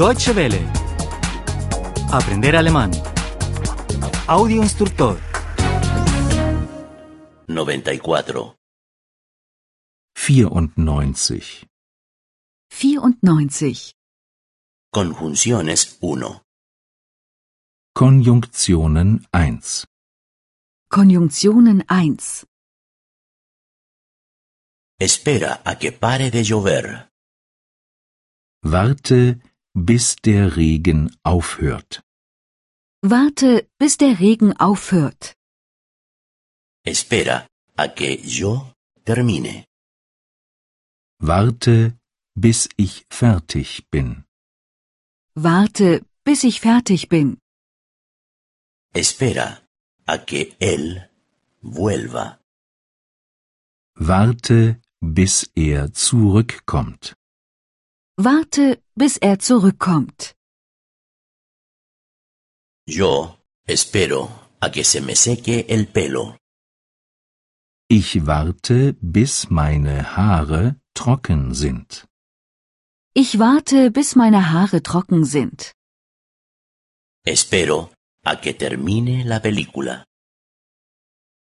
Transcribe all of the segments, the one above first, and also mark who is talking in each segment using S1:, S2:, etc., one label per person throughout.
S1: Deutsche Welle. Aprender alemán. Audio instructor.
S2: 94.
S3: 94.
S4: 94.
S2: Conjunciones 1.
S3: Konjunktionen 1.
S4: Konjunktionen 1.
S2: Espera a que pare de llover.
S3: Warte, bis der Regen aufhört.
S4: Warte, bis der Regen aufhört.
S2: Espera a que yo termine.
S3: Warte, bis ich fertig bin.
S4: Warte, bis ich fertig bin.
S2: Espera a que él vuelva.
S3: Warte, bis er zurückkommt.
S4: Warte, bis er zurückkommt.
S2: Yo espero a que se me seque el pelo.
S3: Ich warte, bis meine Haare trocken sind.
S4: Ich warte, bis meine Haare trocken sind.
S2: Espero a que termine la película.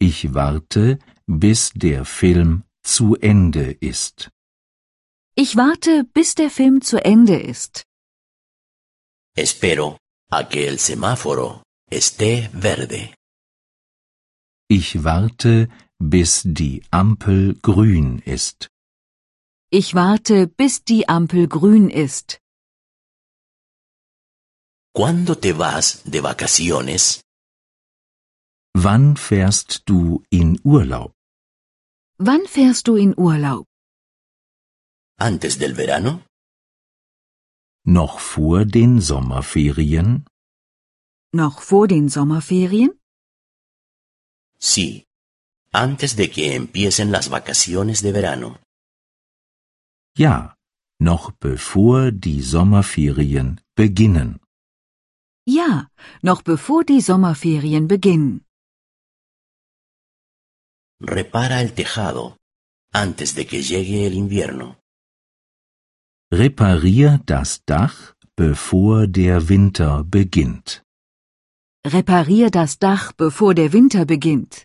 S3: Ich warte, bis der Film zu Ende ist.
S4: Ich warte, bis der Film zu Ende ist.
S2: Espero a que el semáforo esté verde.
S3: Ich warte, bis die Ampel grün ist.
S4: Ich warte, bis die Ampel grün ist.
S2: ¿Cuándo te vas de vacaciones?
S3: Wann fährst du in Urlaub?
S4: Wann fährst du in Urlaub?
S2: ¿Antes del verano?
S3: Noch vor den Sommerferien?
S4: Noch vor den Sommerferien?
S2: Sí. Antes de que empiecen las vacaciones de verano.
S3: Ja, noch bevor die Sommerferien beginnen.
S4: Ja, noch bevor die Sommerferien beginnen.
S2: Repara el tejado antes de que llegue el invierno.
S3: Reparier das Dach, bevor der Winter beginnt.
S4: Reparier das Dach, bevor der Winter beginnt.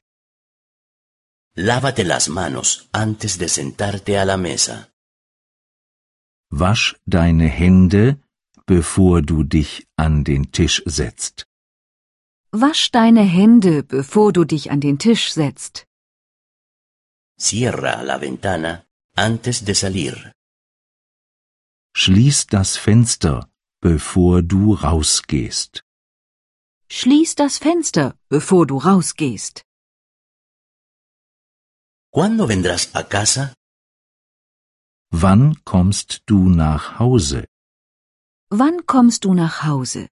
S2: Lávate las manos antes de sentarte a la mesa.
S3: Wasch deine Hände, bevor du dich an den Tisch setzt.
S4: Wasch deine Hände, bevor du dich an den Tisch setzt.
S2: Cierra la ventana antes de salir.
S3: Schließ das Fenster, bevor du rausgehst.
S4: Schließ das Fenster, bevor du rausgehst.
S2: ¿Cuándo vendrás a casa?
S3: Wann kommst du nach Hause?
S4: Wann kommst du nach Hause?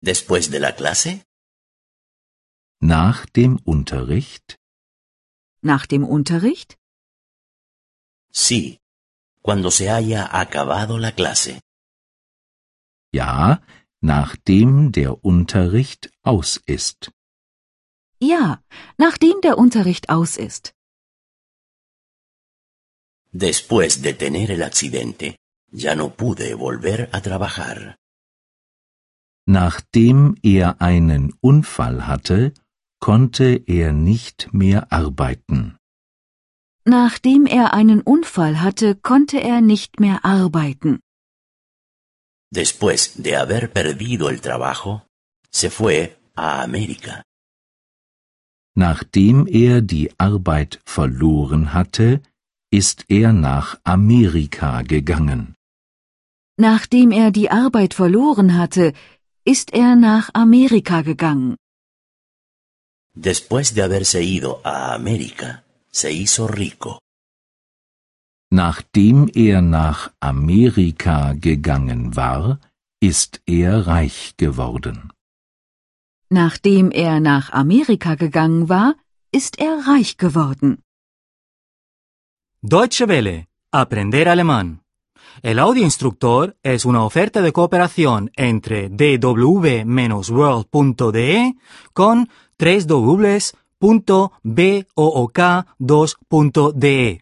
S2: ¿Después de la clase?
S3: Nach dem Unterricht?
S4: Nach dem Unterricht?
S2: Sí. Cuando se haya acabado la clase.
S3: Ja, nachdem der Unterricht aus ist.
S4: Ja, nachdem der Unterricht aus ist.
S2: Después de tener el accidente, ya no pude volver a trabajar.
S3: Nachdem er einen Unfall hatte, konnte er nicht mehr arbeiten.
S4: Nachdem er einen Unfall hatte, konnte er nicht mehr arbeiten.
S2: Después de haber perdido el trabajo, se fue a América.
S3: Nachdem er die Arbeit verloren hatte, ist er nach Amerika gegangen.
S4: Nachdem er die Arbeit verloren hatte, ist er nach Amerika gegangen.
S2: Después de haberse ido a América, se hizo rico.
S3: Nachdem er nach Amerika gegangen war, ist er reich geworden.
S4: Nachdem er nach Amerika gegangen war, ist er reich geworden.
S1: Deutsche Welle. Aprender alemán. El audio instructor es una oferta de cooperación entre dw-world.de con 3 2de